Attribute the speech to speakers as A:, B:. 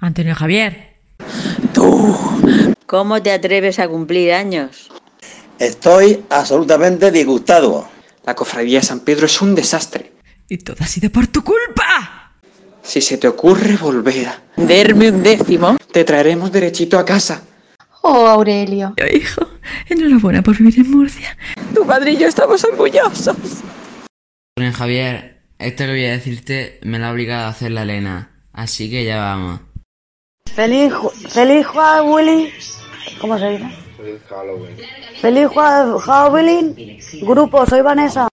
A: Antonio Javier.
B: Tú.
C: ¿Cómo te atreves a cumplir años?
B: Estoy absolutamente disgustado.
D: La cofradía de San Pedro es un desastre.
A: Y todo ha sido por tu culpa.
D: Si se te ocurre volver a
E: darme un décimo,
D: te traeremos derechito a casa.
F: Oh, Aurelio.
A: Yo, hijo, enhorabuena por vivir en Murcia.
E: Tu padre y yo estamos orgullosos.
G: Bueno, Javier, esto que voy a decirte me lo ha obligado a hacer la Elena. Así que ya vamos.
H: Feliz, feliz Willy. ¿Cómo se dice? Feliz Halloween. Feliz Halloween. Grupo, soy Vanessa.